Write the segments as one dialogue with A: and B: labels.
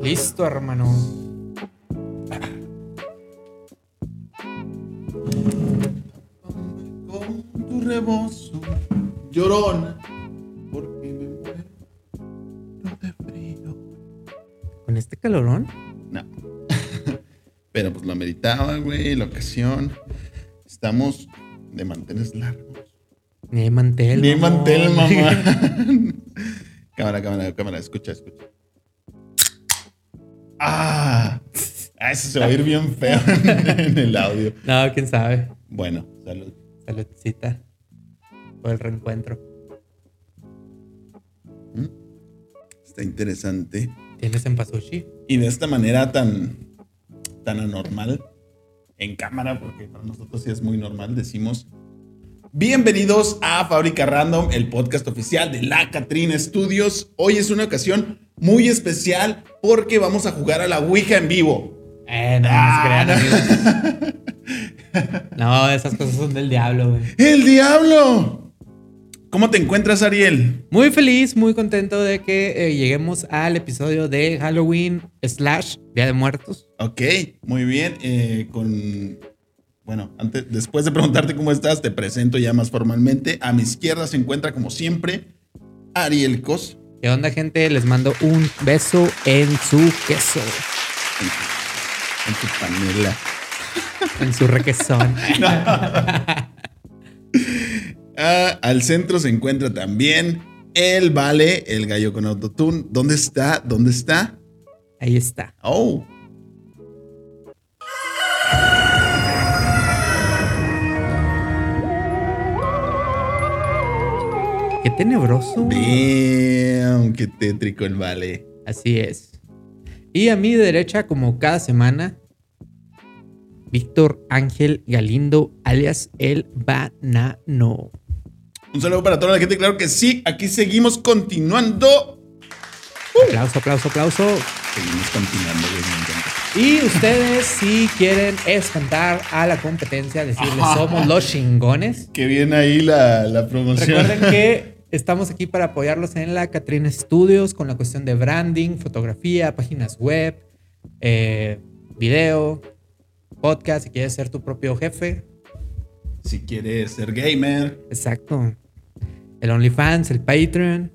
A: Listo, hermano.
B: Con tu rebozo, llorona, porque me muero de frío.
A: ¿Con este calorón?
B: Pero pues lo meditaba, güey, la ocasión. Estamos de manteles largos.
A: Ni hay mantel.
B: Ni
A: mamón.
B: mantel, mamá. cámara, cámara, cámara, escucha, escucha. Ah, ah, eso se va a ir bien feo en el audio.
A: No, quién sabe.
B: Bueno, salud.
A: Saludcita. Por el reencuentro.
B: Está interesante.
A: ¿Tienes empasushi?
B: Y de esta manera tan, tan anormal, en cámara, porque para nosotros sí es muy normal, decimos... Bienvenidos a Fábrica Random, el podcast oficial de La Catrina Studios. Hoy es una ocasión muy especial porque vamos a jugar a la Ouija en vivo.
A: Eh, no,
B: Ah,
A: no se crean, amigos. No, esas cosas son del diablo, güey.
B: ¡El diablo! ¿Cómo te encuentras, Ariel?
A: Muy feliz, muy contento de que eh, lleguemos al episodio de Halloween slash Día de Muertos.
B: Ok, muy bien. eh, con. Bueno, antes, después de preguntarte cómo estás, te presento ya más formalmente. A mi izquierda se encuentra, como siempre, Ariel Cos.
A: ¿Qué onda, gente? Les mando un beso en su queso,
B: En tu panela.
A: en su requesón.
B: Ah, al centro se encuentra también el Vale, el gallo con autotune. ¿Dónde está? ¿Dónde está?
A: Ahí está.
B: Oh.
A: Qué tenebroso.
B: Damn, qué tétrico el Vale.
A: Así es. Y a mi derecha, como cada semana, Víctor Ángel Galindo, alias el Banano.
B: Un saludo para toda la gente. Claro que sí, aquí seguimos continuando.
A: Aplauso, aplauso, aplauso.
B: Seguimos continuando, güey, me encanta.
A: Y ustedes, si quieren espantar a la competencia, decirles
B: Ajá.
A: somos los chingones.
B: Que bien ahí la, la promoción.
A: Recuerden que estamos aquí para apoyarlos en la Catrina Studios con la cuestión de branding, fotografía, páginas web, eh, video, podcast. Si quieres ser tu propio jefe,
B: Si quieres ser gamer,
A: exacto. El OnlyFans, el Patreon,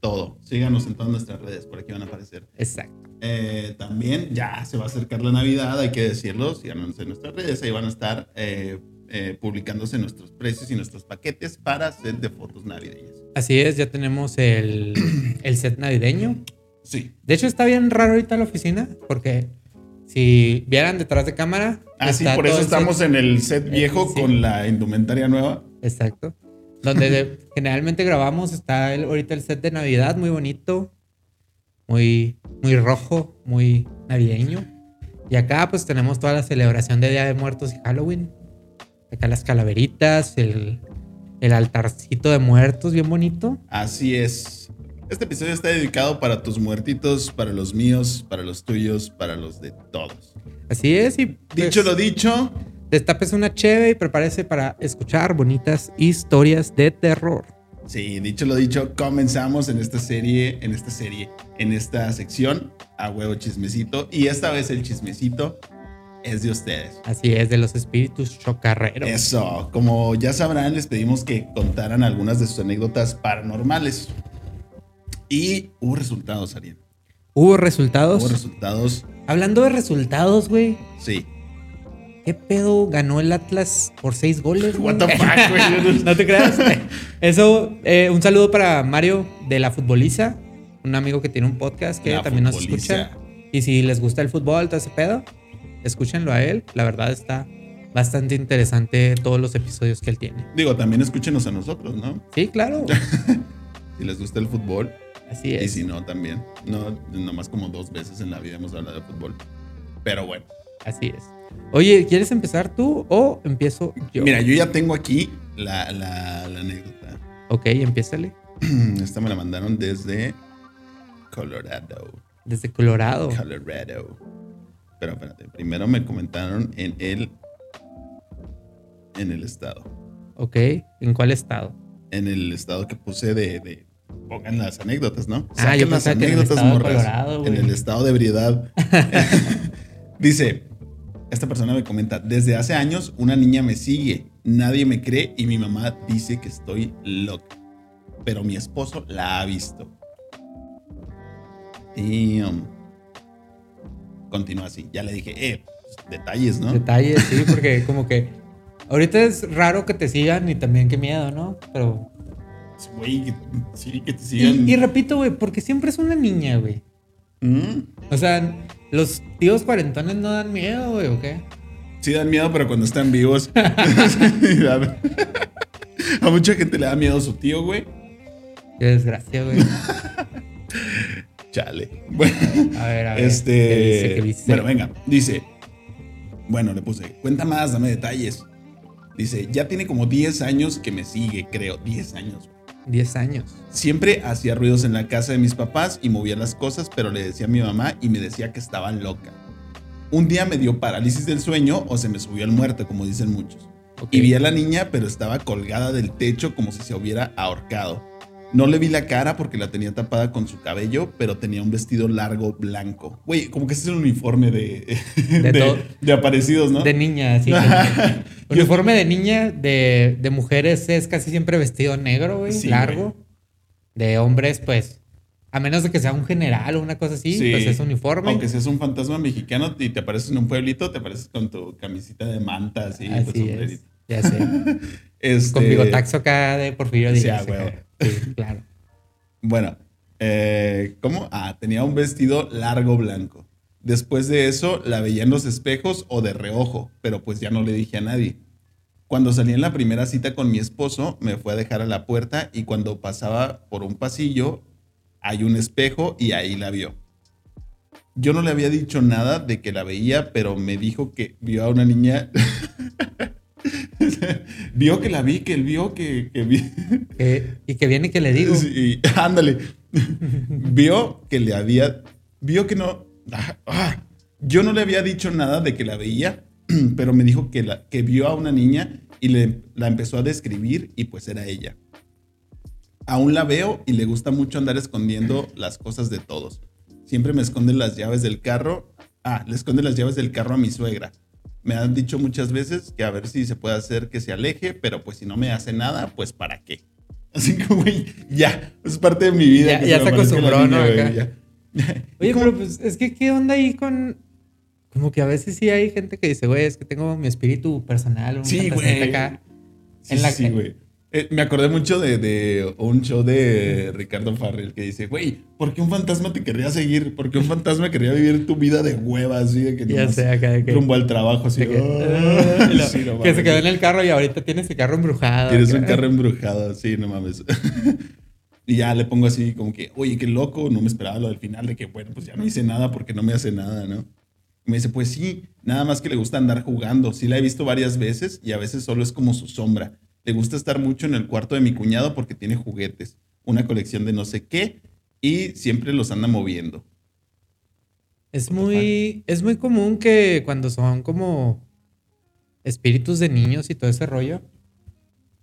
B: todo. Síganos en todas nuestras redes, por aquí van a aparecer.
A: exacto.
B: Eh, también ya se va a acercar la Navidad, hay que decirlo. Síganos en nuestras redes, ahí van a estar eh, eh, publicándose nuestros precios y nuestros paquetes para set de fotos navideñas.
A: Así es, ya tenemos el, el set navideño.
B: Sí.
A: De hecho, está bien raro ahorita la oficina porque si vieran detrás de cámara.
B: Así,
A: está
B: Ah, por
A: todo
B: eso
A: el set-
B: estamos en el set viejo
A: sí.
B: con la indumentaria nueva.
A: Exacto. Donde de- generalmente grabamos está el- ahorita el set de Navidad, muy bonito, muy, muy rojo, muy navideño. Y acá pues tenemos toda la celebración de Día de Muertos y Halloween. Acá las calaveritas, el, el altarcito de muertos, bien bonito.
B: Así es. Este episodio está dedicado para tus muertitos, para los míos, para los tuyos, para los de todos.
A: Así es, y pues,
B: Dicho lo dicho,
A: destapes una cheve y prepárese para escuchar bonitas historias de terror.
B: Sí, dicho lo dicho, comenzamos en esta serie, en esta serie, en esta sección a huevo chismecito y esta vez el chismecito es de ustedes.
A: Así es, de los espíritus chocarreros.
B: Eso, como ya sabrán, les pedimos que contaran algunas de sus anécdotas paranormales. Y hubo resultados, Ariel.
A: Hubo
B: Hubo
A: resultados.
B: resultados,
A: Hablando de resultados, güey.
B: sí.
A: ¿Qué pedo? Ganó el Atlas por seis goles. güey?
B: What the fuck, güey.
A: no te creas. Eso, eh, un saludo para Mario de la futboliza, un amigo que tiene un podcast que
B: La
A: también nos
B: Futboliza.
A: escucha. Y si les gusta el fútbol, todo ese pedo, escúchenlo a él. La verdad está bastante interesante todos los episodios que él tiene.
B: Digo, también escúchenos a nosotros, ¿no?
A: Sí, claro.
B: Si les gusta el fútbol
A: Así
B: y
A: es.
B: si no, también. No, nomás como dos veces en la vida hemos hablado de fútbol. Pero bueno.
A: Así es. Oye, ¿quieres empezar tú o empiezo yo?
B: Mira, yo ya tengo aquí la, la- la anécdota.
A: Ok, empiézale.
B: Esta me la mandaron desde Colorado.
A: Desde Colorado.
B: Colorado. Pero espérate, primero me comentaron en el. En el estado.
A: Ok, ¿en cuál estado?
B: En el estado que puse de, de, pongan las anécdotas, ¿no?
A: Ah, yo
B: las
A: pensaba que en el estado de Colorado,
B: en
A: güey.
B: el estado de ebriedad. Dice, esta persona me comenta, desde hace años una niña me sigue, nadie me cree y mi mamá dice que estoy loca. Pero mi esposo la ha visto. Damn. Continúa así, ya le dije, eh, pues, detalles, ¿no?
A: Detalles, sí, porque como que ahorita es raro que te sigan y también qué miedo, ¿no? Pero...
B: Pues, Güey, que- sí, que te sigan.
A: Y, y repito, güey, porque siempre es una niña, güey.
B: Mm.
A: O sea, los tíos cuarentones no dan miedo, güey, ¿o qué?
B: Sí dan miedo, pero cuando están vivos. a mucha gente le da miedo su tío, güey.
A: Qué desgracia, güey.
B: Chale. Bueno,
A: A ver, a ver.
B: este.
A: ¿qué dice? ¿Qué dice?
B: Bueno, venga. Dice. Bueno, le puse. Cuenta más, dame detalles. Dice, ya tiene como 10 años que me sigue, creo. 10 años. güey.
A: 10 años.
B: Siempre hacía ruidos en la casa de mis papás y movía las cosas, pero le decía a mi mamá y me decía que estaba loca. Un día me dio parálisis del sueño o se me subió el muerto, como dicen muchos.
A: Ok.
B: Y vi a la niña, pero estaba colgada del techo como si se hubiera ahorcado. No le vi la cara porque la tenía tapada con su cabello, pero tenía un vestido largo blanco. Güey, como que ese es un uniforme de, de,
A: De todo.
B: de aparecidos, ¿no?
A: De niña, así.
B: Ajá.
A: El uniforme de niña de, de mujeres es casi siempre vestido negro, güey,
B: Sí,
A: largo. De hombres, pues, a menos de que sea un general o una cosa así,
B: Sí.
A: pues es uniforme.
B: Aunque seas un fantasma mexicano y te apareces en un pueblito, te apareces con tu camisita de manta, así, pues,
A: así es.
B: sombrerito.
A: Ya sé.
B: Este,
A: Con bigotaxo acá de Porfirio
B: Sí,
A: Díaz.
B: ah, güey.
A: acá. Sí, claro.
B: Bueno, eh, ¿cómo? Ah, tenía un vestido largo blanco. Después de eso la veía en los espejos o de reojo, pero pues ya no le dije a nadie. Cuando salí en la primera cita con mi esposo, me fue a dejar a la puerta y cuando pasaba por un pasillo, hay un espejo y ahí la vio. Yo no le había dicho nada de que la veía, pero me dijo que vio a una niña. vio que la vi, que él vio que, que vi.
A: Que- y que viene que le digo.
B: Sí, ándale. vio que le había. Vio que no. ah, ah. yo no le había dicho nada de que la veía, pero me dijo que, la, que vio a una niña y le, la empezó a describir y pues era ella. Aún la veo y le gusta mucho andar escondiendo las cosas de todos. Siempre me esconde las llaves del carro. Ah, le esconde las llaves del carro a mi suegra. Me han dicho muchas veces que a ver si se puede hacer que se aleje, pero pues si no me hace nada, pues para qué. Así que, güey, ya, es parte de mi vida.
A: Ya-
B: que
A: ya
B: me
A: se
B: aparezca la
A: acostumbró,
B: niña,
A: ¿no?
B: güey,
A: Acá.
B: ya.
A: Oye, pero pues es que qué onda ahí con. Como que a veces sí hay gente que dice, güey, es que tengo mi espíritu personal, un
B: Sí,
A: fantasmita
B: güey.
A: acá.
B: Sí,
A: En
B: sí,
A: la-
B: sí, güey. Eh, me acordé mucho de, de un show de Ricardo Farrell que dice, güey, ¿por qué un fantasma te querría seguir? ¿Por qué un fantasma querría vivir tu vida de hueva así? De que
A: Ya
B: nomás
A: sé, acá de que.
B: rumbo al trabajo, así.
A: de que,
B: "Ah".
A: y lo-
B: Sí, no
A: que se
B: mames.
A: quedó en el carro y ahorita tienes el carro embrujado.
B: Tienes
A: acá.
B: un carro embrujado, sí, no mames. y ya le pongo así como que, oye, qué loco, no me esperaba lo del final, de que, bueno, pues ya no hice nada porque no me hace nada, ¿no? Y me dice, pues sí, nada más que le gusta andar jugando. Sí, la he visto varias veces y a veces solo es como su sombra. Le gusta estar mucho en el cuarto de mi cuñado porque tiene juguetes, una colección de no sé qué y siempre los anda moviendo.
A: Es
B: What the
A: muy, es muy común que cuando son como espíritus de niños y todo ese rollo,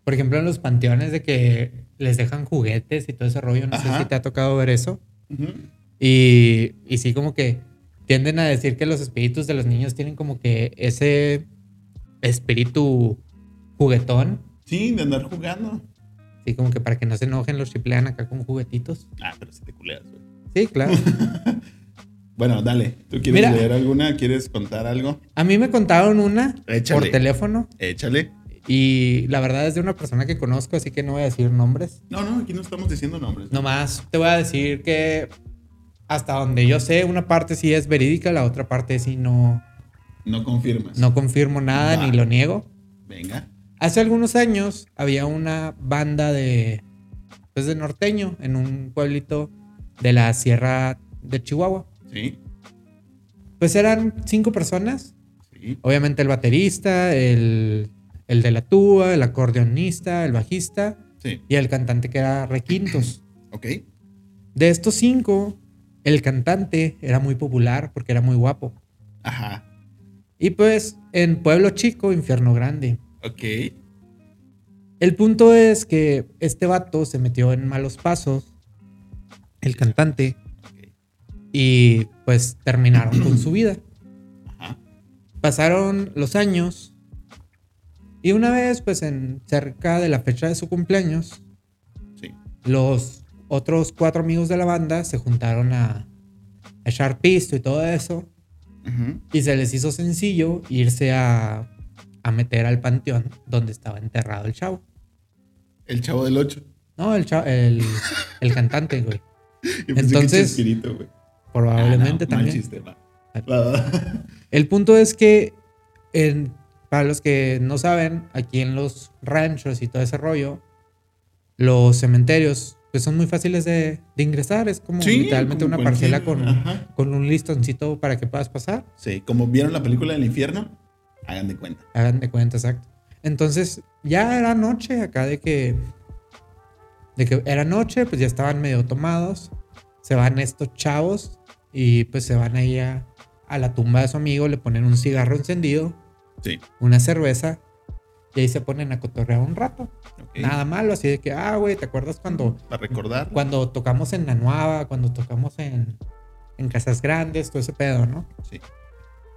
A: por ejemplo en los panteones de que les dejan juguetes y todo ese rollo, no sé
B: Ajá.
A: si te ha tocado ver eso, y, y sí como que tienden a decir que los espíritus de los niños tienen como que ese espíritu juguetón,
B: Sí, de andar jugando.
A: así como que para que no se enojen los chiplean acá con juguetitos.
B: Ah, pero si te culeas, güey.
A: Sí, claro.
B: Bueno, dale. ¿Tú quieres
A: Mira.
B: leer alguna? ¿Quieres contar algo?
A: A mí me contaron una
B: Échale.
A: por teléfono.
B: Échale.
A: Y la verdad es de una persona que conozco, así que no voy a decir nombres.
B: No, no, aquí no estamos diciendo nombres.
A: Nomás te voy a decir que hasta donde yo sé, una parte sí es verídica, la otra parte sí no,
B: No confirmas.
A: no confirmo nada
B: Va.
A: ni lo niego.
B: Venga.
A: Hace algunos años había una banda de, pues de norteño en un pueblito de la sierra de Chihuahua.
B: Sí,
A: Pues eran cinco personas
B: sí.
A: Obviamente el baterista, el, el de la tuba, el acordeonista, el bajista
B: Sí.
A: y el cantante que era Requintos.
B: Ok.
A: De estos cinco, el cantante era muy popular porque era muy guapo.
B: Ajá.
A: Y pues en Pueblo Chico, Infierno Grande.
B: Ok.
A: El punto es que este vato se metió en malos pasos el cantante, y pues terminaron con su vida.
B: Ajá.
A: Pasaron los años y una vez, pues en cerca de la fecha de su cumpleaños,
B: Sí.
A: los otros cuatro amigos de la banda se juntaron a, a echar pisto y todo eso.
B: Ujú.
A: Y se les hizo sencillo irse a, a meter al panteón donde estaba enterrado el chavo.
B: El chavo del 8.
A: No, el, chavo, el, el cantante, güey. Entonces,
B: Ah,
A: Probablemente también. El punto es que, en- para los que no saben, aquí en los ranchos y todo ese rollo, los cementerios pues son muy fáciles de, de ingresar. Es como literalmente una parcela con, con un listoncito para que puedas pasar.
B: Sí, como vieron la película del infierno, hagan de cuenta.
A: Hagan de cuenta, exacto. Entonces, ya era noche acá de que. De que era noche, pues ya estaban medio tomados. Se van estos chavos y pues se van ahí a, a la tumba de su amigo, le ponen un cigarro encendido,
B: Sí.
A: una cerveza y ahí se ponen a cotorrear un rato.
B: ok.
A: Nada malo, así de que, ah, güey, ¿te acuerdas cuando,
B: Para recordar.
A: cuando tocamos en La Nueva, cuando tocamos en, en Casas Grandes, todo ese pedo, ¿no?
B: Sí.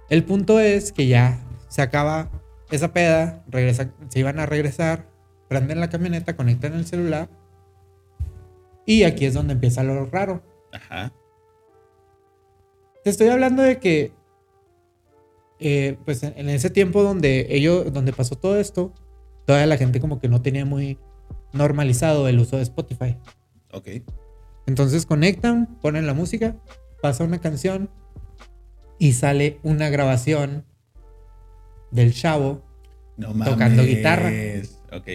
A: El punto es que ya se acaba esa peda, regresan, se iban a regresar, prenden la camioneta, conectan el celular y aquí es donde empieza lo raro.
B: Ajá.
A: Te estoy hablando de que, eh, pues en, en ese tiempo donde ellos, donde pasó todo esto, toda la gente como que no tenía muy normalizado el uso de Spotify.
B: Ok.
A: Entonces conectan, ponen la música, pasa una canción y sale una grabación del chavo
B: No
A: Tocando
B: mames.
A: guitarra.
B: Ok.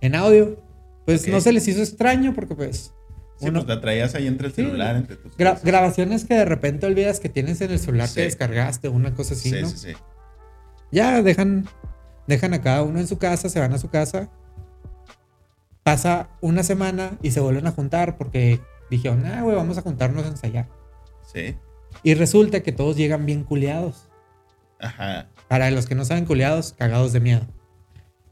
A: en audio. Pues
B: Ok.
A: no se les hizo extraño porque pues,
B: Sí,
A: uno-
B: pues la traías ahí entre el
A: Sí.
B: celular, entre tus.
A: gra-
B: cosas.
A: grabaciones que de repente olvidas que tienes en el celular
B: Sí.
A: que descargaste, una cosa así,
B: Sí,
A: ¿no?
B: sí, sí.
A: Ya dejan, dejan a cada uno en su casa, se van a su casa. Pasa una semana y se vuelven a juntar porque dijeron, ah, güey, vamos a juntarnos a ensayar.
B: Sí.
A: Y resulta que todos llegan bien culeados.
B: Ajá.
A: Para los que no saben culeados, cagados de miedo.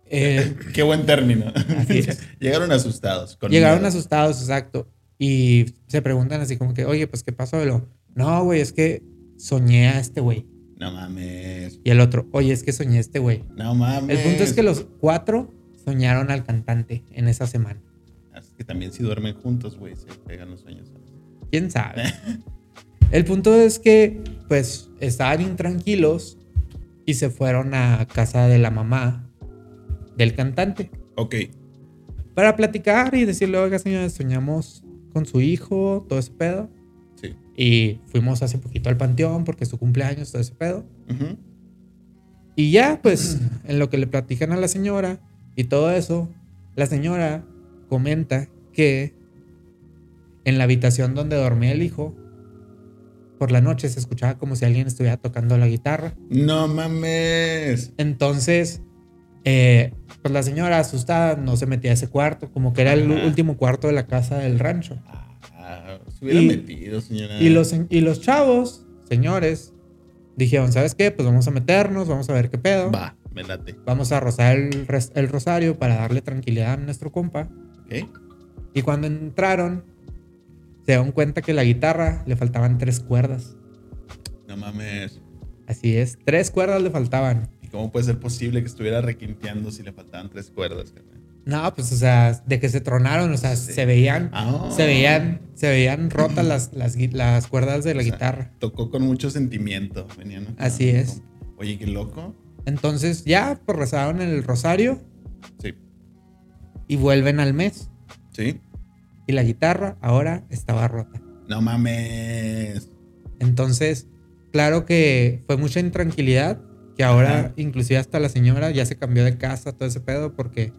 A: Eh,
B: Qué buen término.
A: Así es.
B: Llegaron asustados. con
A: Llegaron
B: miedo.
A: asustados, exacto. Y se preguntan así como que, oye, pues, ¿qué pasó? Y lo, no, güey, es que soñé a este güey.
B: No mames.
A: Y el otro, oye, es que soñé a este güey.
B: No mames.
A: El punto es que los cuatro soñaron al cantante en esa semana.
B: Es que también si duermen juntos, güey, se pegan los sueños.
A: ¿Quién sabe? El punto es que, pues, estaban intranquilos y se fueron a casa de la mamá del cantante.
B: Ok.
A: para platicar y decirle, oiga, señores, soñamos con su hijo, todo ese pedo.
B: Sí.
A: Y fuimos hace poquito al panteón porque es su cumpleaños, todo ese pedo.
B: Ujú.
A: Y ya, pues, en lo que le platican a la señora y todo eso, la señora comenta que en la habitación donde dormía el hijo, por la noche se escuchaba como si alguien estuviera tocando la guitarra.
B: No mames.
A: Entonces, eh, pues la señora asustada no se metía a ese cuarto, como que era el
B: Ajá.
A: último cuarto de la casa del rancho.
B: Ah, se hubiera
A: Y-
B: metido, señora.
A: Y los, y los chavos, señores, dijeron, ¿sabes qué? Pues vamos a meternos, vamos a ver qué pedo.
B: Va, me late.
A: Vamos a rozar el, res- el rosario para darle tranquilidad a nuestro compa.
B: Ok.
A: Y cuando entraron, se dan cuenta que la guitarra le faltaban tres cuerdas.
B: No mames.
A: Así es, tres cuerdas le faltaban.
B: ¿Y cómo puede ser posible que estuviera requinteando si le faltaban tres cuerdas? carnal?
A: No, pues o sea, de que se tronaron, o sea,
B: Sí.
A: se veían,
B: Ah.
A: se veían, se veían rotas las, las, gui- las cuerdas de la
B: O sea,
A: guitarra.
B: Tocó con mucho sentimiento. Venían acá,
A: Así
B: ¿no?
A: es.
B: Como, Oye, qué loco.
A: Entonces ya, pues rezaron el rosario
B: Sí.
A: y vuelven al mes.
B: Sí.
A: y la guitarra ahora estaba rota.
B: No mames.
A: Entonces, claro que fue mucha intranquilidad que ahora
B: Ajá.
A: inclusive hasta la señora ya se cambió de casa, todo ese pedo, porque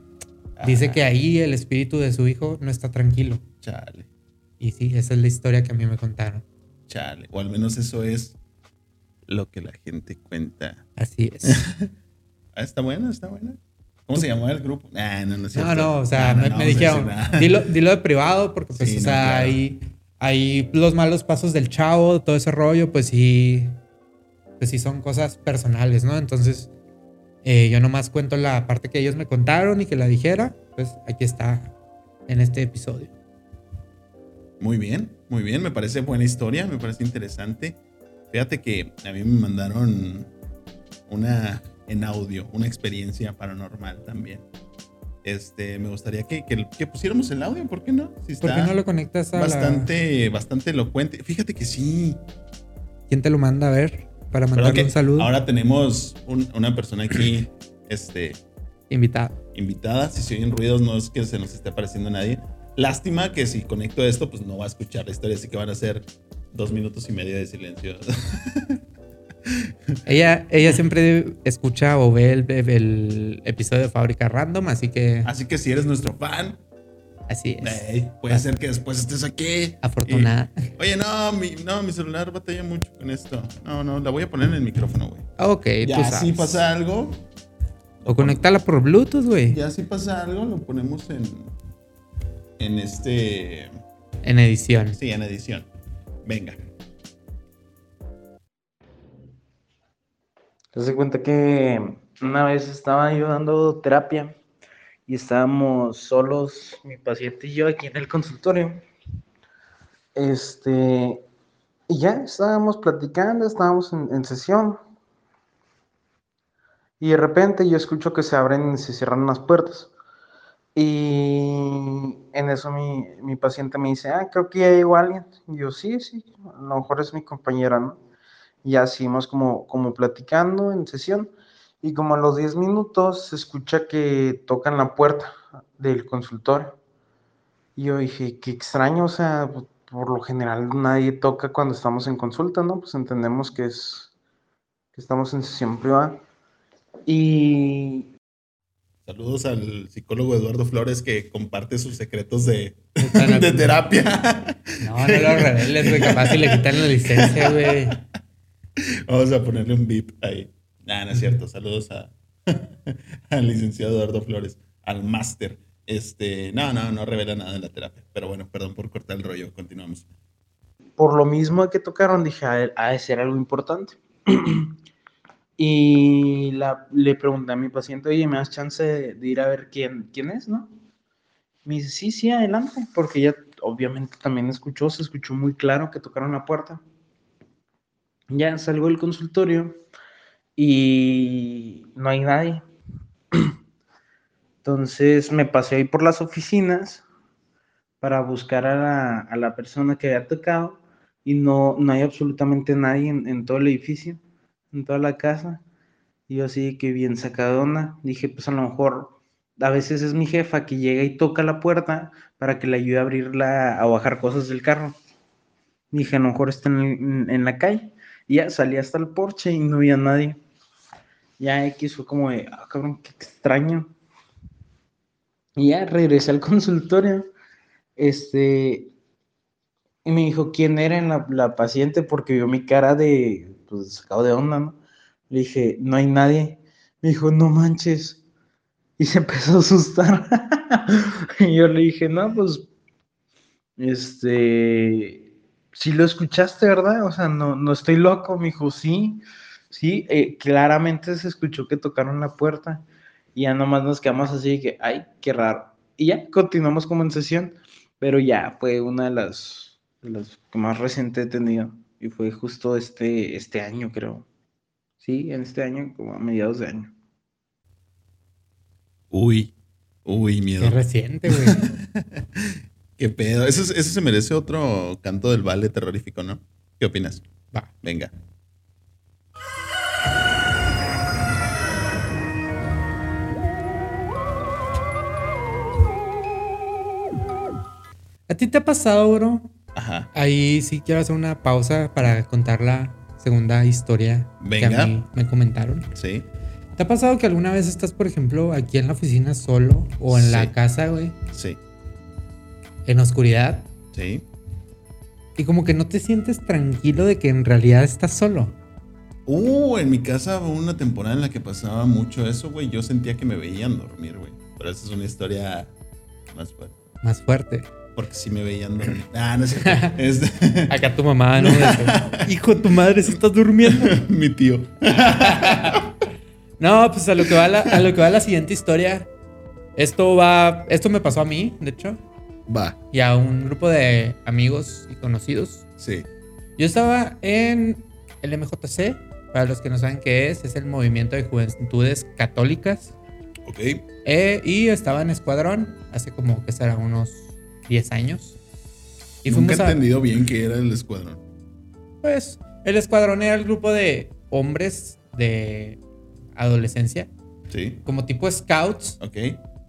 A: dice
B: Ah,
A: que ahí el espíritu de su hijo no está tranquilo.
B: Chale,
A: Y sí, esa es la historia que a mí me contaron.
B: chale. O al menos eso es lo que la gente cuenta.
A: Así es.
B: Ah, está buena, está buena. ¿Cómo se llamaba el grupo? Ah, no, no es
A: no,
B: cierto.
A: no, o sea,
B: No, no,
A: me,
B: no
A: me
B: vamos a
A: dijeron,
B: decir nada.
A: dilo, dilo de privado, porque pues,
B: Sí,
A: o
B: no,
A: sea,
B: claro.
A: ahí, ahí los malos pasos del chavo, todo ese rollo, pues sí, pues sí son cosas personales, ¿no? Entonces, eh, yo nomás cuento la parte que ellos me contaron y que la dijera, pues aquí está en este episodio.
B: Muy bien. Muy bien, me parece buena historia, me parece interesante. Fíjate que a mí me mandaron una en audio, una experiencia paranormal también. Este, me gustaría que, que- que pusiéramos el audio, ¿por qué no? Si
A: ¿Por qué no lo conectas a la-
B: bastante, bastante elocuente. Fíjate que sí.
A: ¿Quién te lo manda a ver? Para
B: Perdón
A: mandarle
B: que
A: un saludo.
B: Ahora tenemos un- una persona aquí, este,
A: Invitado.
B: invitada. Si se oyen ruidos, no es que se nos esté apareciendo nadie. Lástima que si conecto esto, pues no va a escuchar la historia, así que van a ser dos minutos y medio de silencio.
A: Ella, ella siempre escucha o ve el, el episodio de Fábrica Random, así que
B: Así que si eres nuestro fan,
A: así es.
B: ey, puede ser que después estés aquí.
A: Afortunada.
B: Y- oye, no mi, no, mi celular batalla mucho con esto. No, no, la voy a poner en el micrófono, güey.
A: Ah, Ok, tú
B: Ya
A: sabes.
B: si pasa algo,
A: O conectala por Bluetooth, güey.
B: ya si pasa algo, lo ponemos en, en este,
A: En edición.
B: sí, en edición. Venga.
C: Se hace cuenta que una vez estaba yo dando terapia y estábamos solos, mi paciente y yo, aquí en el consultorio. Este, y ya estábamos platicando, estábamos en, en sesión. Y de repente yo escucho que se abren y se cierran las puertas. Y en eso mi, mi paciente me dice, ah, creo que ya llegó alguien. Y yo, sí, sí, a lo mejor es mi compañera, ¿no? Y ya seguimos como, como platicando en sesión. Y como a los 10 minutos se escucha que tocan la puerta del consultorio. Y yo dije, qué extraño, o sea, po- por lo general nadie toca cuando estamos en consulta, ¿no? Pues entendemos que es que estamos en sesión privada. Y,
B: Saludos al psicólogo Eduardo Flores que comparte sus secretos de,
A: Puta, Ah, no-
B: de terapia.
A: No, no lo reveles, güey. Capaz si le quitan la licencia, güey.
B: Vamos a ponerle un beep ahí. Nah, no es cierto. Saludos a, al licenciado Eduardo Flores, al máster. Este, no, no, no revela nada de la terapia. Pero bueno, perdón por cortar el rollo. Continuamos.
C: por lo mismo que tocaron, dije, "Ah, eh, "Ha de- ha de ser algo importante. y la- le pregunté a mi paciente, oye, ¿me das chance de, de ir a ver quién, quién es, no? Me dice, sí, sí, adelante, porque ella obviamente también escuchó, se escuchó muy claro que tocaron la puerta. Ya salgo del consultorio y no hay nadie. Entonces me pasé ahí por las oficinas para buscar a la, a la persona que había tocado y no, no hay absolutamente nadie en, en todo el edificio, en toda la casa. Y yo así que bien sacadona, dije pues a lo mejor a veces es mi jefa que llega y toca la puerta para que le ayude a abrirla, a bajar cosas del carro. Dije a lo mejor está en, en- en la calle. Y ya salí hasta el porche y no había nadie. Ya X fue como de, ah, cabrón, qué extraño. Y ya regresé al consultorio. Este, y me dijo quién era la, la paciente porque vio mi cara de, pues, sacado de onda, ¿no? Le dije, no hay nadie. Me dijo, no manches. Y se empezó a asustar. y yo le dije, no, pues, este, sí lo escuchaste, ¿verdad? O sea, no, no estoy loco. Me dijo, sí, sí, eh, claramente se escuchó que tocaron la puerta. Y ya nomás nos quedamos así de que, ay, qué raro. Y ya continuamos como en sesión pero ya fue una de las, de las que más reciente he tenido y fue justo este, este año, creo. Sí, en este año, como a mediados de año.
B: Uy, uy,
A: Qué
B: miedo.
A: reciente, güey.
B: Qué pedo. Eso, es- eso se merece otro canto del vale terrorífico, ¿no? ¿Qué opinas?
A: Va.
B: Venga.
A: ¿A ti te ha pasado, bro?
B: Ajá.
A: Ahí sí quiero hacer una pausa para contar la segunda historia que
B: Venga.
A: a mí me comentaron.
B: Sí.
A: ¿Te ha pasado que alguna vez estás, por ejemplo, aquí en la oficina solo o en
B: Sí.
A: la casa, güey,
B: Sí.
A: en oscuridad
B: Sí.
A: y como que no te sientes tranquilo de que en realidad estás solo?
B: Uh, en mi casa hubo una temporada en la que pasaba mucho eso, güey. Yo sentía que me veían dormir, güey. Pero esa es una historia más fuerte.
A: Más fuerte.
B: Porque sí me veían dormir. Ah, no es cierto. Este, Es
A: Acá tu mamá, ¿no? Hijo de tu madre, si estás durmiendo.
B: mi tío.
A: No, pues a lo que va la, a lo que va la siguiente historia. Esto va. Esto me pasó a mí, de hecho.
D: Va,
A: y a un grupo de amigos y conocidos.
D: sí.
A: Yo estaba en el MJC, para los que no saben qué es, es el Movimiento de Juventudes Católicas.
D: Ok.
A: Eh, y estaba en Escuadrón hace como que será unos 10 años. Y
D: Nunca he
A: fuimos a.
D: entendido bien qué era el escuadrón.
A: Pues el Escuadrón era el grupo de hombres de adolescencia,
D: Sí.
A: como tipo scouts,
B: Ok.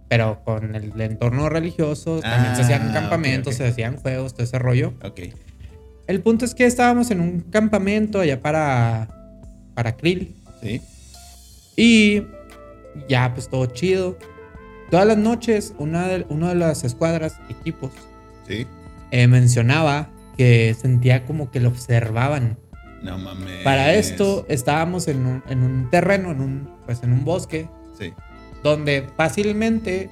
A: pero con el entorno religioso, también se
B: Ah,
A: hacían
B: ok,
A: campamentos,
B: ok.
A: se hacían juegos, todo ese rollo.
B: Ok.
A: El punto es que estábamos en un campamento allá para para Krill
B: Sí.
A: y ya pues todo chido. Todas las noches una de, uno de las escuadras, equipos,
D: Sí.
A: eh, mencionaba que sentía como que lo observaban.
B: No mames.
A: Para esto estábamos en un, en un terreno, en un, pues en un bosque,
D: Sí.
A: donde fácilmente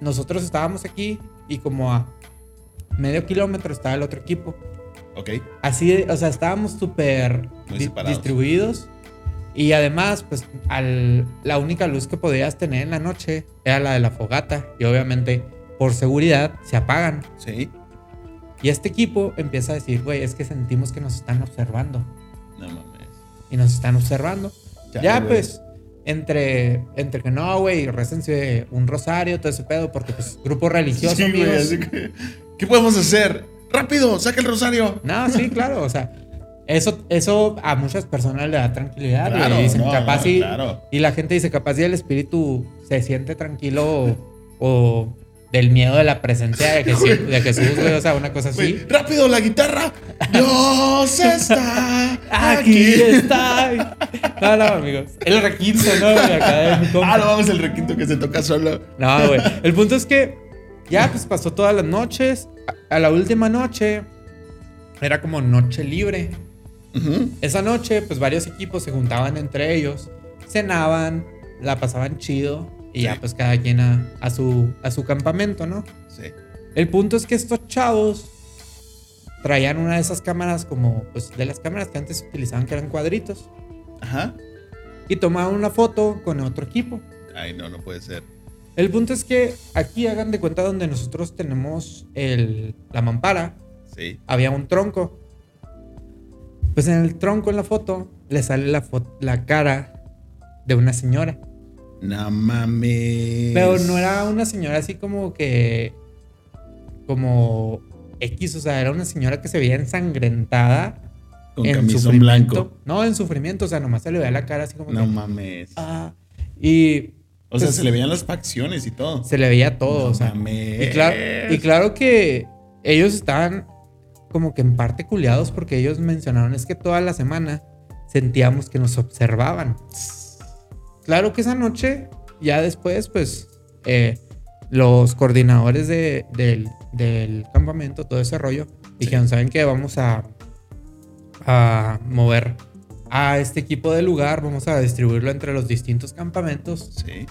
A: nosotros estábamos aquí y como a medio kilómetro estaba el otro equipo.
D: Ok.
A: Así, de- o sea, estábamos súper
D: Muy
A: di-
D: separados.
A: distribuidos. Y además, pues al- la única luz que podías tener en la noche era la de la fogata. Y obviamente, por seguridad, se apagan.
D: Sí.
A: Y este equipo empieza a decir, güey, es que sentimos que nos están observando.
B: No mames.
A: Y nos están observando.
D: Chale,
A: ya,
D: güey.
A: pues, entre, entre que no, güey, récense un rosario, todo ese pedo, porque pues grupo religioso,
D: Sí, güey,
A: amigos.
D: así que- ¿Qué podemos hacer? ¡Rápido! ¡Saca el rosario!
A: No, sí, claro, o sea, eso, eso a muchas personas le da tranquilidad. güey,
D: Claro,
A: y dicen,
D: no,
A: capaz
D: no,
A: y,
D: claro.
A: y la gente dice, capaz y el espíritu se siente tranquilo o, o del miedo de la presencia de Jesús, de Jesús, güey, o sea, una cosa
D: Güey,
A: así.
D: ¡Rápido la guitarra! ¡Dios está
A: Aquí
D: aquí!
A: está. No, no, amigos. El requinto, ¿no? De acá de mi compa.
D: Ah, no vamos el requinto que se toca solo.
A: No, güey. El punto es que ya pues pasó todas las noches. A, a la última noche era como noche libre.
D: Ujú.
A: Esa noche pues varios equipos se juntaban entre ellos, cenaban, la pasaban chido y ya pues cada quien a, a su, a su campamento, ¿no?
D: Sí.
A: El punto es que estos chavos traían una de esas cámaras como pues de las cámaras que antes se utilizaban que eran cuadritos
D: Ajá.
A: y tomaban una foto con otro equipo.
D: Ay, no, no puede ser.
A: El punto es que aquí hagan de cuenta donde nosotros tenemos el, la mampara,
D: Sí.
A: había un tronco. Pues en el tronco, en la foto, le sale la, fo- la cara de una señora.
D: No mames.
A: Pero no era una señora así como que... Como X, o sea, era una señora que se veía ensangrentada.
D: Con
A: en
D: camisón
A: sufrimiento.
D: blanco.
A: No, en sufrimiento, o sea, nomás se le veía la cara así como
D: No
A: que...
D: mames.
A: "Ah", y
D: O sea,
A: pues-
D: se le veían las facciones y todo.
A: se le veía todo,
D: No
A: o sea...
D: mames.
A: Y claro,
B: Eh.
A: y claro que ellos estaban como que en parte culiados porque ellos mencionaron es que toda la semana sentíamos que nos observaban. Claro que esa noche, ya después, pues eh, los coordinadores de- del, del campamento, todo ese rollo, dijeron, ¿saben qué? Vamos a, a mover a este equipo de lugar, vamos a distribuirlo entre los distintos campamentos
D: Sí.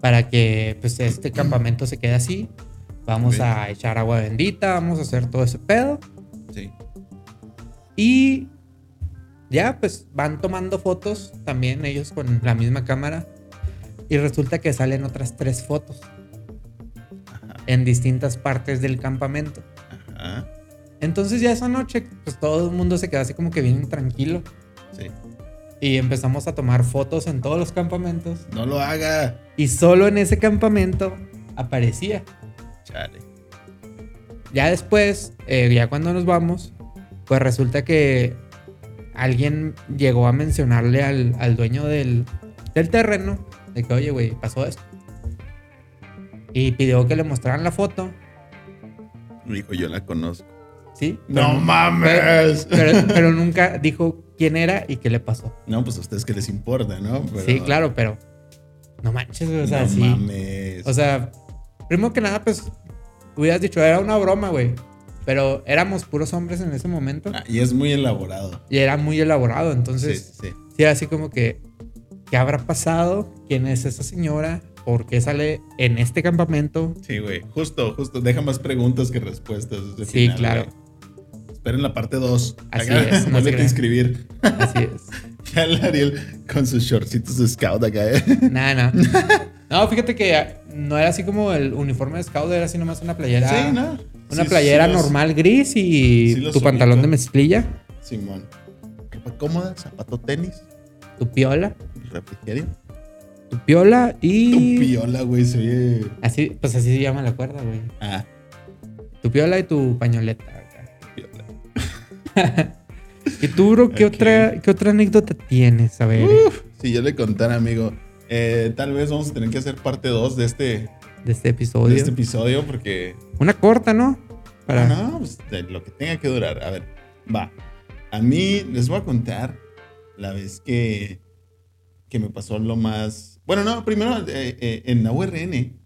A: para que pues este campamento se quede así. Vamos
D: Ok.
A: a echar agua bendita, vamos a hacer todo ese pedo.
D: Sí.
A: Y ya pues van tomando fotos también ellos con la misma cámara. Y resulta que salen otras tres fotos en distintas partes del campamento.
D: Ajá.
A: Entonces ya esa noche pues todo el mundo se queda así como que bien tranquilo.
D: Sí.
A: Y empezamos a tomar fotos en todos los campamentos.
D: No lo haga.
A: Y solo en ese campamento aparecía.
D: Chale.
A: Ya después, eh, ya cuando nos vamos, pues resulta que alguien llegó a mencionarle al, al dueño del, del terreno de que, oye, güey, pasó esto. Y pidió que le mostraran la foto,
D: Dijo, yo la conozco.
A: ¿sí?
D: No mames.
A: Pero, pero- pero nunca dijo quién era y qué le pasó.
D: No, pues a ustedes que les importa, ¿no? Pero-
A: Sí, claro, pero no manches, güey, o sea,
D: no
A: sí.
D: mames.
A: O sea, primero que nada, pues hubieras dicho, era una broma, güey. Pero éramos puros hombres en ese momento
D: Ah, y es muy elaborado.
A: y era muy elaborado,
D: Sí,
A: entonces...
D: sí.
A: Sí, era así como que, ¿qué habrá pasado? ¿Quién es esa señora? ¿Por qué sale en este campamento?
D: Sí, güey. Justo, justo. Deja más preguntas que respuestas. ese
A: Sí,
D: final,
A: claro.
D: güey. Esperen la parte 2.
A: Así es, no se
D: Vuelve a
A: crean.
D: inscribir.
A: Así es.
D: Ya el Ariel con sus shortcitos de scout acá, ¿eh?
A: Nada, no. No, fíjate que no era así como el uniforme de scout, era así nomás una playera.
D: Sí, ¿no?
A: Una
B: Sí,
A: playera
B: sí los-
A: normal gris y
B: sí los
A: tu pantalón
B: ubico.
A: de mezclilla,
B: Simón. Ropa cómoda, zapato tenis,
A: tu piola,
B: refrigerio.
A: tu piola
B: Tu
A: y...
B: piola, güey, se oye.
A: Así, pues así se llama la cuerda, güey.
B: Ah,
A: Tu piola y tu pañoleta. acá.
B: piola.
A: ¿Y tú, bro, qué,
B: Ok.
A: otra, qué otra anécdota tienes? A ver,
B: Uf, si yo le contara, amigo, eh, tal vez vamos a tener que hacer parte 2 de este,
A: de este episodio.
B: de este episodio porque.
A: Una corta, ¿no? Para...
B: No, pues, de lo que tenga que durar. A ver, va. A mí les voy a contar la vez que, que me pasó lo más. Bueno, no, primero eh, eh, en la URN.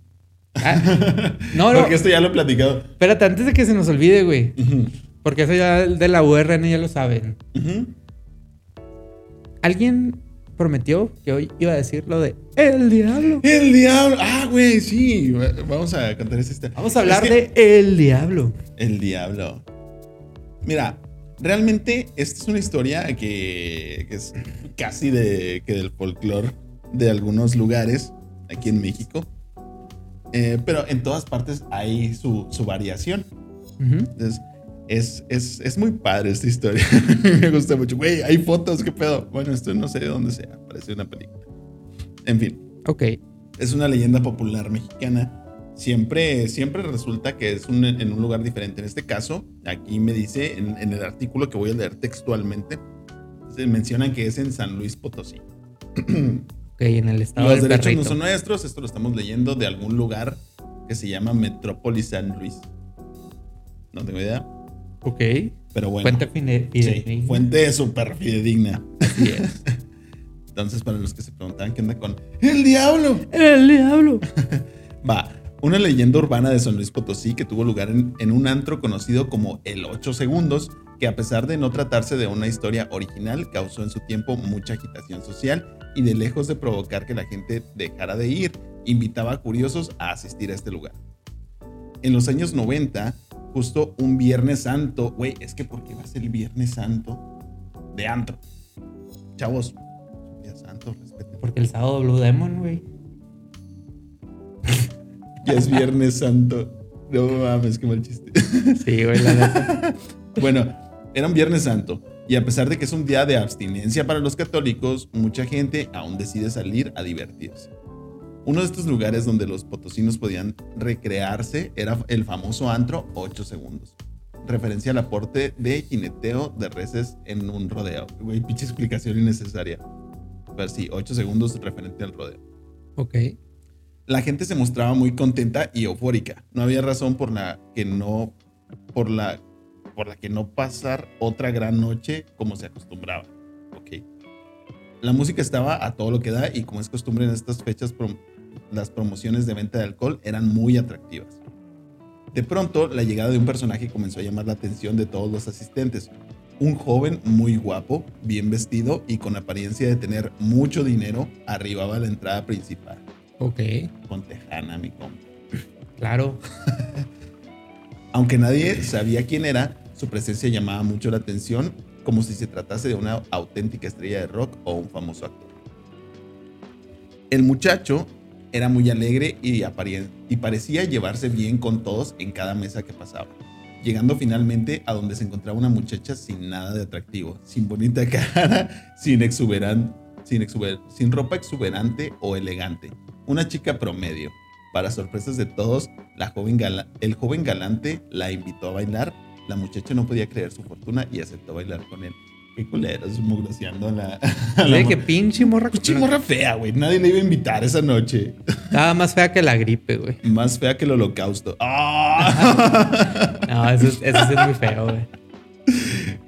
A: Ah, no,
B: No,
A: no,
B: Porque esto ya lo he platicado.
A: espérate, antes de que se nos olvide, güey.
B: Ujú,
A: Porque eso ya de la URN ya lo saben.
B: ujú.
A: Alguien prometió que hoy iba a decir lo de El Diablo.
B: El diablo. Ah, güey, sí. Vamos a contar esta. historia.
A: Vamos a hablar
B: Es que-
A: de El Diablo.
B: El diablo. Mira, realmente esta es una historia que, que es casi de, que del folclore de algunos lugares aquí en México. Eh, pero en todas partes hay su, su variación.
A: Ujú.
B: Entonces, es, es, es muy padre esta historia. Me gusta mucho. Güey, hay fotos, qué pedo. Bueno, esto no sé de dónde sea. Parece una película. En fin.
A: Ok.
B: Es una leyenda popular mexicana. Siempre, siempre resulta que es un- en un lugar diferente. En este caso, aquí me dice en, en el artículo que voy a leer textualmente, se menciona que es en San Luis Potosí.
A: Ok, en el estado
B: Los
A: del
B: derechos
A: Ah, perrito.
B: no son nuestros, esto lo estamos leyendo de algún lugar que se llama Metrópolis San Luis. No tengo idea,
A: Ok.
B: pero bueno.
A: Fuente fide-
B: Sí,
A: fidedigna.
B: fuente súper fidedigna.
A: Así es.
B: Entonces, para los que se preguntaban qué onda con el diablo,
A: El Diablo.
B: Va, una leyenda urbana de San Luis Potosí que tuvo lugar en, en un antro conocido como El 8 Segundos, que a pesar de no tratarse de una historia original, causó en su tiempo mucha agitación social y de lejos de provocar que la gente dejara de ir, invitaba a curiosos a asistir a este lugar. En los años 90, justo un Viernes Santo, güey, es que ¿por qué va a ser el Viernes Santo de antro? Chavos, Día Santo, respeten.
A: Porque el sábado Blue Demon, güey.
B: Ya es Viernes Santo. No mames, qué mal chiste.
A: Sí, güey, la neta.
B: Bueno, era un Viernes Santo. Y a pesar de que es un día de abstinencia para los católicos, mucha gente aún decide salir a divertirse. Uno de estos lugares donde los potosinos podían recrearse era el famoso antro 8 segundos. Referencia al aporte de jineteo de reses en un rodeo. Güey, pinche explicación innecesaria. Pero sí, 8 segundos referente al rodeo.
A: Ok.
B: La gente se mostraba muy contenta y eufórica. No había razón por la que no por la por la que no pasar otra gran noche como se acostumbraba. Ok. La música estaba a todo lo que da y como es costumbre en estas fechas prom- las promociones de venta de alcohol eran muy atractivas. De pronto, la llegada de un personaje comenzó a llamar la atención de todos los asistentes. Un joven muy guapo, bien vestido y con apariencia de tener mucho dinero, arribaba a la entrada principal
A: Ok.
B: con Tejana, mi compa.
A: Claro.
B: Aunque nadie sabía quién era, su presencia llamaba mucho la atención, como si se tratase de una auténtica estrella de rock o un famoso actor. El muchacho era muy alegre y, aparien- y parecía llevarse bien con todos en cada mesa que pasaba, llegando finalmente a donde se encontraba una muchacha sin nada de atractivo, sin bonita cara, sin exuberan- sin, exuber- sin ropa exuberante o elegante, una chica promedio. Para sorpresas de todos, la joven gala- el joven galante la invitó a bailar. La muchacha no podía creer su fortuna y aceptó bailar con él. Qué culeros, mugroseando a la. a la
A: Oye,
B: mu-
A: que pinche morra.
B: Pinche morra Pues fea, güey. Nadie le iba a invitar esa noche.
A: Estaba más fea que la gripe, güey.
B: Más fea que el holocausto. ¡Ah!
A: No, eso, es- eso sí es muy feo, güey.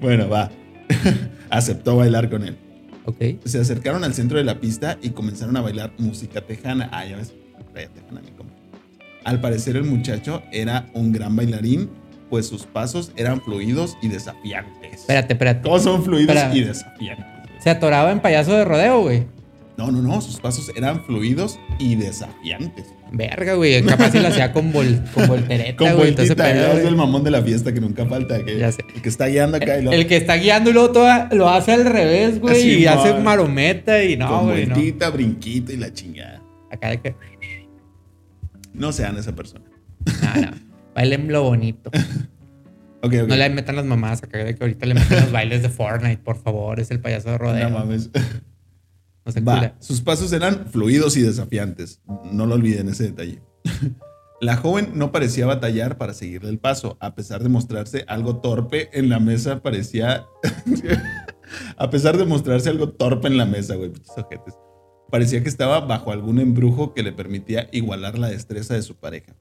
B: bueno, va. Aceptó bailar con él.
A: Ok.
B: Se acercaron al centro de la pista y comenzaron a bailar música tejana. Ah, ya ves. Raya tejana, mi compa. Al parecer el muchacho era un gran bailarín, pues sus pasos eran fluidos y desafiantes.
A: Espérate, espérate.
B: ¿Cómo son fluidos
A: Espera.
B: y desafiantes? güey?
A: Se atoraba en payaso de rodeo, güey.
B: No, no, no. Sus pasos eran fluidos y desafiantes.
A: Verga, güey. Capaz si la hacía con, vol- con voltereta,
B: Con
A: güey. Entonces,
B: vueltita,
A: pedo,
B: ya es
A: güey.
B: el mamón de la fiesta que nunca falta. ¿eh? Que,
A: Ya sé.
B: El que está guiando acá y lo,
A: El que está guiando y luego toda- lo hace al revés, güey.
B: Sí,
A: y hace
B: man.
A: marometa y no,
B: con
A: güey. No.
B: vueltita, brinquito y la chingada.
A: Acá de que.
B: No sean esa persona.
A: No, no. Bailen lo bonito.
B: Ok, ok.
A: No le metan las mamás acá de que ahorita le meten los bailes de Fortnite, por favor. Es el payaso de rodeo. No,
B: No mames.
A: se
B: Va.
A: cura.
B: Sus pasos eran fluidos y desafiantes. No lo olviden ese detalle. La joven no parecía batallar para seguirle el paso, a pesar de mostrarse algo torpe en la mesa, parecía... a pesar de mostrarse algo torpe en la mesa, güey, pinches ojetes. Parecía que estaba bajo algún embrujo que le permitía igualar la destreza de su pareja.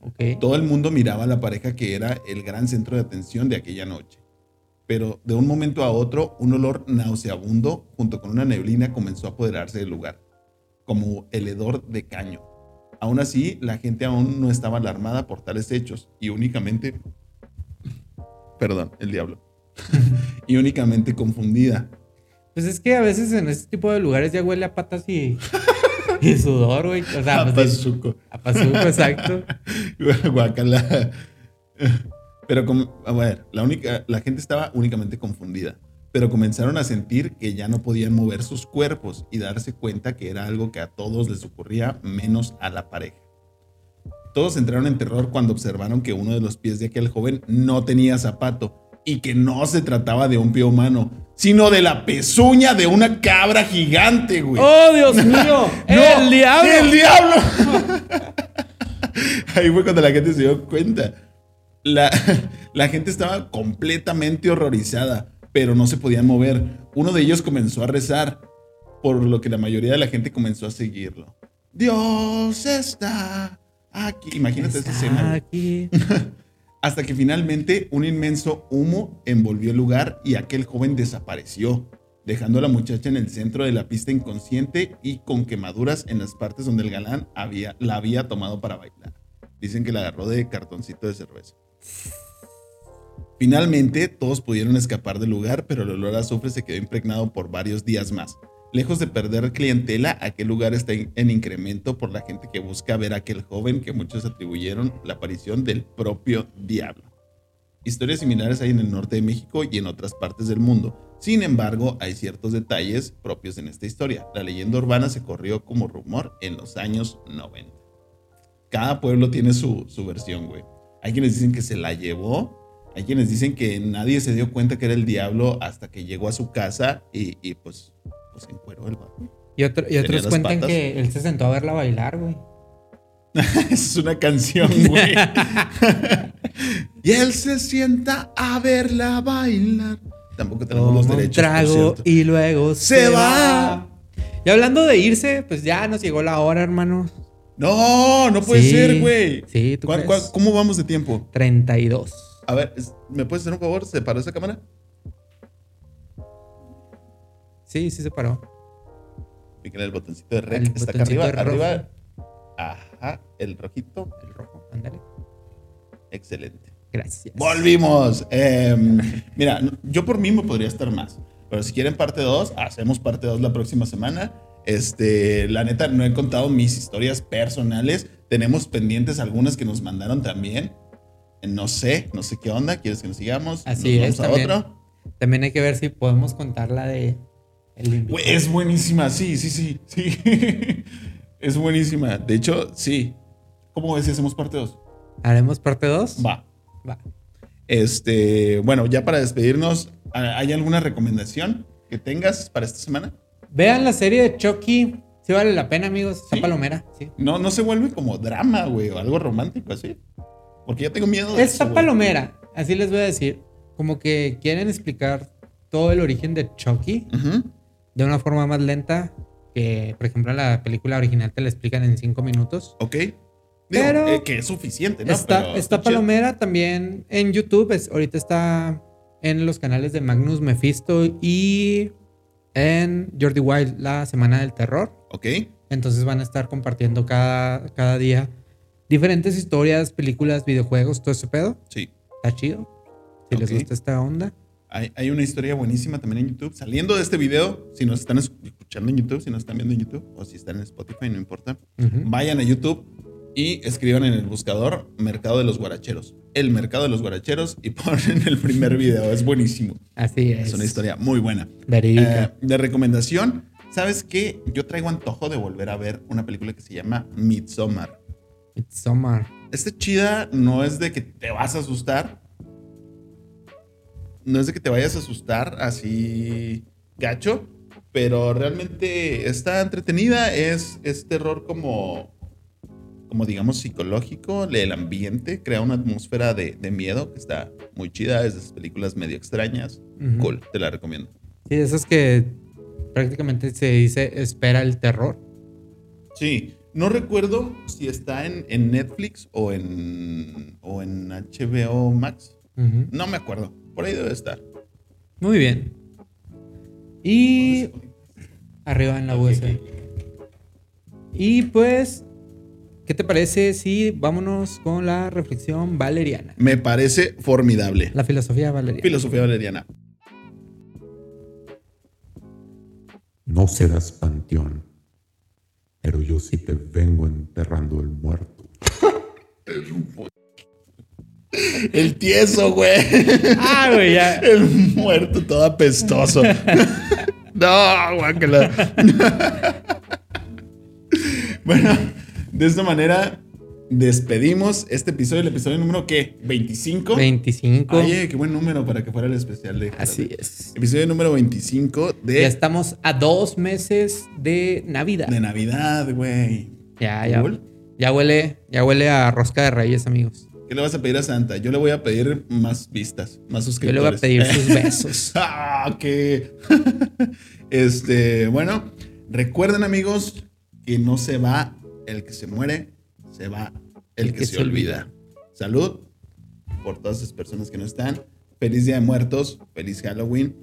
A: Ok.
B: Todo el mundo miraba a la pareja que era el gran centro de atención de aquella noche. Pero de un momento a otro, un olor nauseabundo junto con una neblina comenzó a apoderarse del lugar, como el hedor de caño. Aún así, la gente aún no estaba alarmada por tales hechos y únicamente... Perdón, el diablo. y únicamente confundida.
A: Pues es que a veces en este tipo de lugares ya huele a patas y, y sudor, güey. O sea, pues,
B: Apazuco.
A: a pazuco, exacto.
B: Guacala. Pero, como- a ver, la, única, la gente estaba únicamente confundida, pero comenzaron a sentir que ya no podían mover sus cuerpos y darse cuenta que era algo que a todos les ocurría menos a la pareja. Todos entraron en terror cuando observaron que uno de los pies de aquel joven no tenía zapato y que no se trataba de un pie humano, sino de la pezuña de una cabra gigante, güey.
A: ¡Oh, Dios mío!
B: ¡No!
A: ¡El diablo!
B: ¡El diablo! Ahí fue cuando la gente se dio cuenta. La, la gente estaba completamente horrorizada, pero no se podían mover. Uno de ellos comenzó a rezar, por lo que la mayoría de la gente comenzó a seguirlo. Dios está aquí. Imagínate esa escena.
A: Está
B: güey.
A: aquí.
B: Hasta que finalmente un inmenso humo envolvió el lugar y aquel joven desapareció, dejando a la muchacha en el centro de la pista inconsciente y con quemaduras en las partes donde el galán había, la había tomado para bailar. Dicen que la agarró de cartoncito de cerveza. Finalmente, todos pudieron escapar del lugar, pero el olor a azufre se quedó impregnado por varios días más. Lejos de perder clientela, aquel lugar está en, en incremento por la gente que busca ver a aquel joven que muchos atribuyeron la aparición del propio diablo. Historias similares hay en el norte de México y en otras partes del mundo. Sin embargo, hay ciertos detalles propios en esta historia. La leyenda urbana se corrió como rumor en los años 90. Cada pueblo tiene su, su versión, güey. Hay quienes dicen que se la llevó. Hay quienes dicen que nadie se dio cuenta que era el diablo hasta que llegó a su casa y, y, pues, pues se encueró el vato.
A: Y, otro- y otros
B: las
A: cuentan
B: patas.
A: que él se sentó a verla bailar, güey.
B: Esa es una canción, güey. y él se sienta a verla bailar. Tampoco tenemos
A: Toma
B: los
A: un
B: derechos. por
A: trago
B: cierto.
A: y luego se,
B: Se
A: va.
B: va.
A: Y hablando de irse, pues ya nos llegó la hora, hermano.
B: No, no puede
A: Sí,
B: ser, güey.
A: sí, ¿tú
B: ¿Cuál-
A: crees?
B: cuál- ¿Cómo vamos de tiempo?
A: 32.
B: A ver, es- ¿me puedes hacer un favor? ¿Separó esa cámara?
A: Sí, sí se paró.
B: Píquenle el botoncito de red.
A: El
B: está acá
A: botoncito
B: arriba,
A: rojo.
B: arriba. Ajá, el rojito.
A: El rojo, ándale.
B: Excelente.
A: Gracias.
B: Volvimos. Eh, mira, no- yo por mí me podría estar más. Pero si quieren parte 2, hacemos parte 2 la próxima semana. Este, la neta, no he contado mis historias personales. Tenemos pendientes algunas que nos mandaron también. Eh, No sé, no sé qué onda. ¿Quieres que nos sigamos?
A: Así
B: nos
A: es, también. También hay que ver si podemos contar la de el invitado.
B: Güey, es buenísima, sí, sí, sí, sí. es buenísima. De hecho, sí. ¿Cómo ves si hacemos parte 2?
A: ¿Haremos parte 2?
B: Va.
A: Va.
B: Este, bueno, ya para despedirnos, ¿ha- ¿hay alguna recomendación que tengas para esta semana?
A: Vean la serie de Chucky. Sí vale la pena, amigos. Está
B: ¿Sí?
A: palomera. Sí.
B: No, no se vuelve como drama, güey, o algo romántico así. Porque yo tengo miedo de eso,
A: Esta
B: güey.
A: palomera, así les voy a decir. Como que quieren explicar todo el origen de Chucky
B: Ujú.
A: de una forma más lenta que, por ejemplo, en la película original te la explican en 5 minutos.
B: Ok. Digo,
A: Pero-
B: eh, que es suficiente, ¿no?
A: Está,
B: Pero
A: está
B: chido.
A: Palomera también en YouTube. es- ahorita está en los canales de Magnus Mephisto y en Jordi Wild, la Semana del Terror.
B: Ok.
A: Entonces van a estar compartiendo cada, cada día diferentes historias, películas, videojuegos, todo ese pedo.
B: Sí.
A: Está chido. Si les
B: Ok.
A: gusta esta onda.
B: Hay, hay una historia buenísima también en YouTube. Saliendo de este video, si nos están es- escuchando en YouTube, si nos están viendo en YouTube, o si están en Spotify, no importa.
A: Ujú.
B: Vayan a YouTube y escriban en el buscador Mercado de los Guaracheros. El Mercado de los Guaracheros y ponen el primer video. Es buenísimo.
A: Así es.
B: Es una historia muy buena.
A: Verídica.
B: Eh, de recomendación, ¿sabes qué? Yo traigo antojo de volver a ver una película que se llama Midsommar.
A: Midsommar.
B: Esta chida no es de que te vas a asustar. No es de que te vayas a asustar así gacho. Pero realmente está entretenida. Es, es terror como, como digamos, psicológico. El ambiente crea una atmósfera de, de miedo que está muy chida. Es de esas películas medio extrañas.
A: Ujú.
B: Cool, te la recomiendo.
A: Sí, de esas que prácticamente se dice espera el terror.
B: Sí, no recuerdo si está en, en Netflix o en, o en HBO Max.
A: Ujú.
B: No me acuerdo. Por ahí debe estar.
A: Muy bien. Y arriba en la USB. Y pues, ¿qué te parece si vámonos con la reflexión valeriana?
B: Me parece formidable.
A: La filosofía valeriana.
B: Filosofía valeriana.
E: No serás panteón, pero yo sí te vengo enterrando el muerto.
B: El tieso, güey.
A: ah, güey, ya.
B: El muerto todo apestoso. no, guácala. bueno, de esta manera despedimos este episodio. El episodio número, ¿qué? ¿25?
A: 25.
B: Oye, qué buen número para que fuera el especial de...
A: Así es.
B: Episodio número 25
A: Ya
B: de,
A: estamos a dos meses de Navidad.
B: eh. de Navidad, güey.
A: Ah, Ya, ya.
B: Cool.
A: Ya huele, ya huele a rosca de reyes, amigos.
B: ¿Qué le vas a pedir a Santa? Yo le voy a pedir más vistas, más
A: Yo
B: suscriptores.
A: le voy a pedir sus besos.
B: ah, qué. este, bueno, recuerden, amigos, que no se va el que se muere, se va el, que, se, olvida. Salud por todas esas personas que no están. Feliz Día de Muertos, feliz Halloween.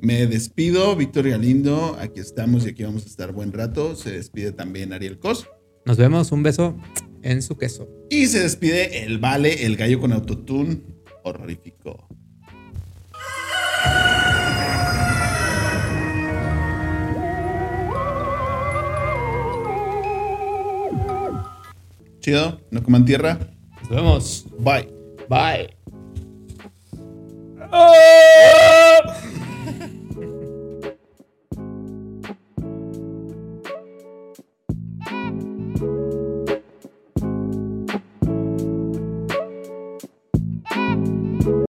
B: Me despido, Víctor Galindo. Aquí estamos y aquí vamos a estar buen rato. Se despide también Ariel Cos.
A: Nos vemos. Un beso en su queso.
B: Y se despide el Vale, el gallo con autotune. Horrorífico. Chido, no coman tierra.
A: Nos vemos.
B: Bye.
A: Bye.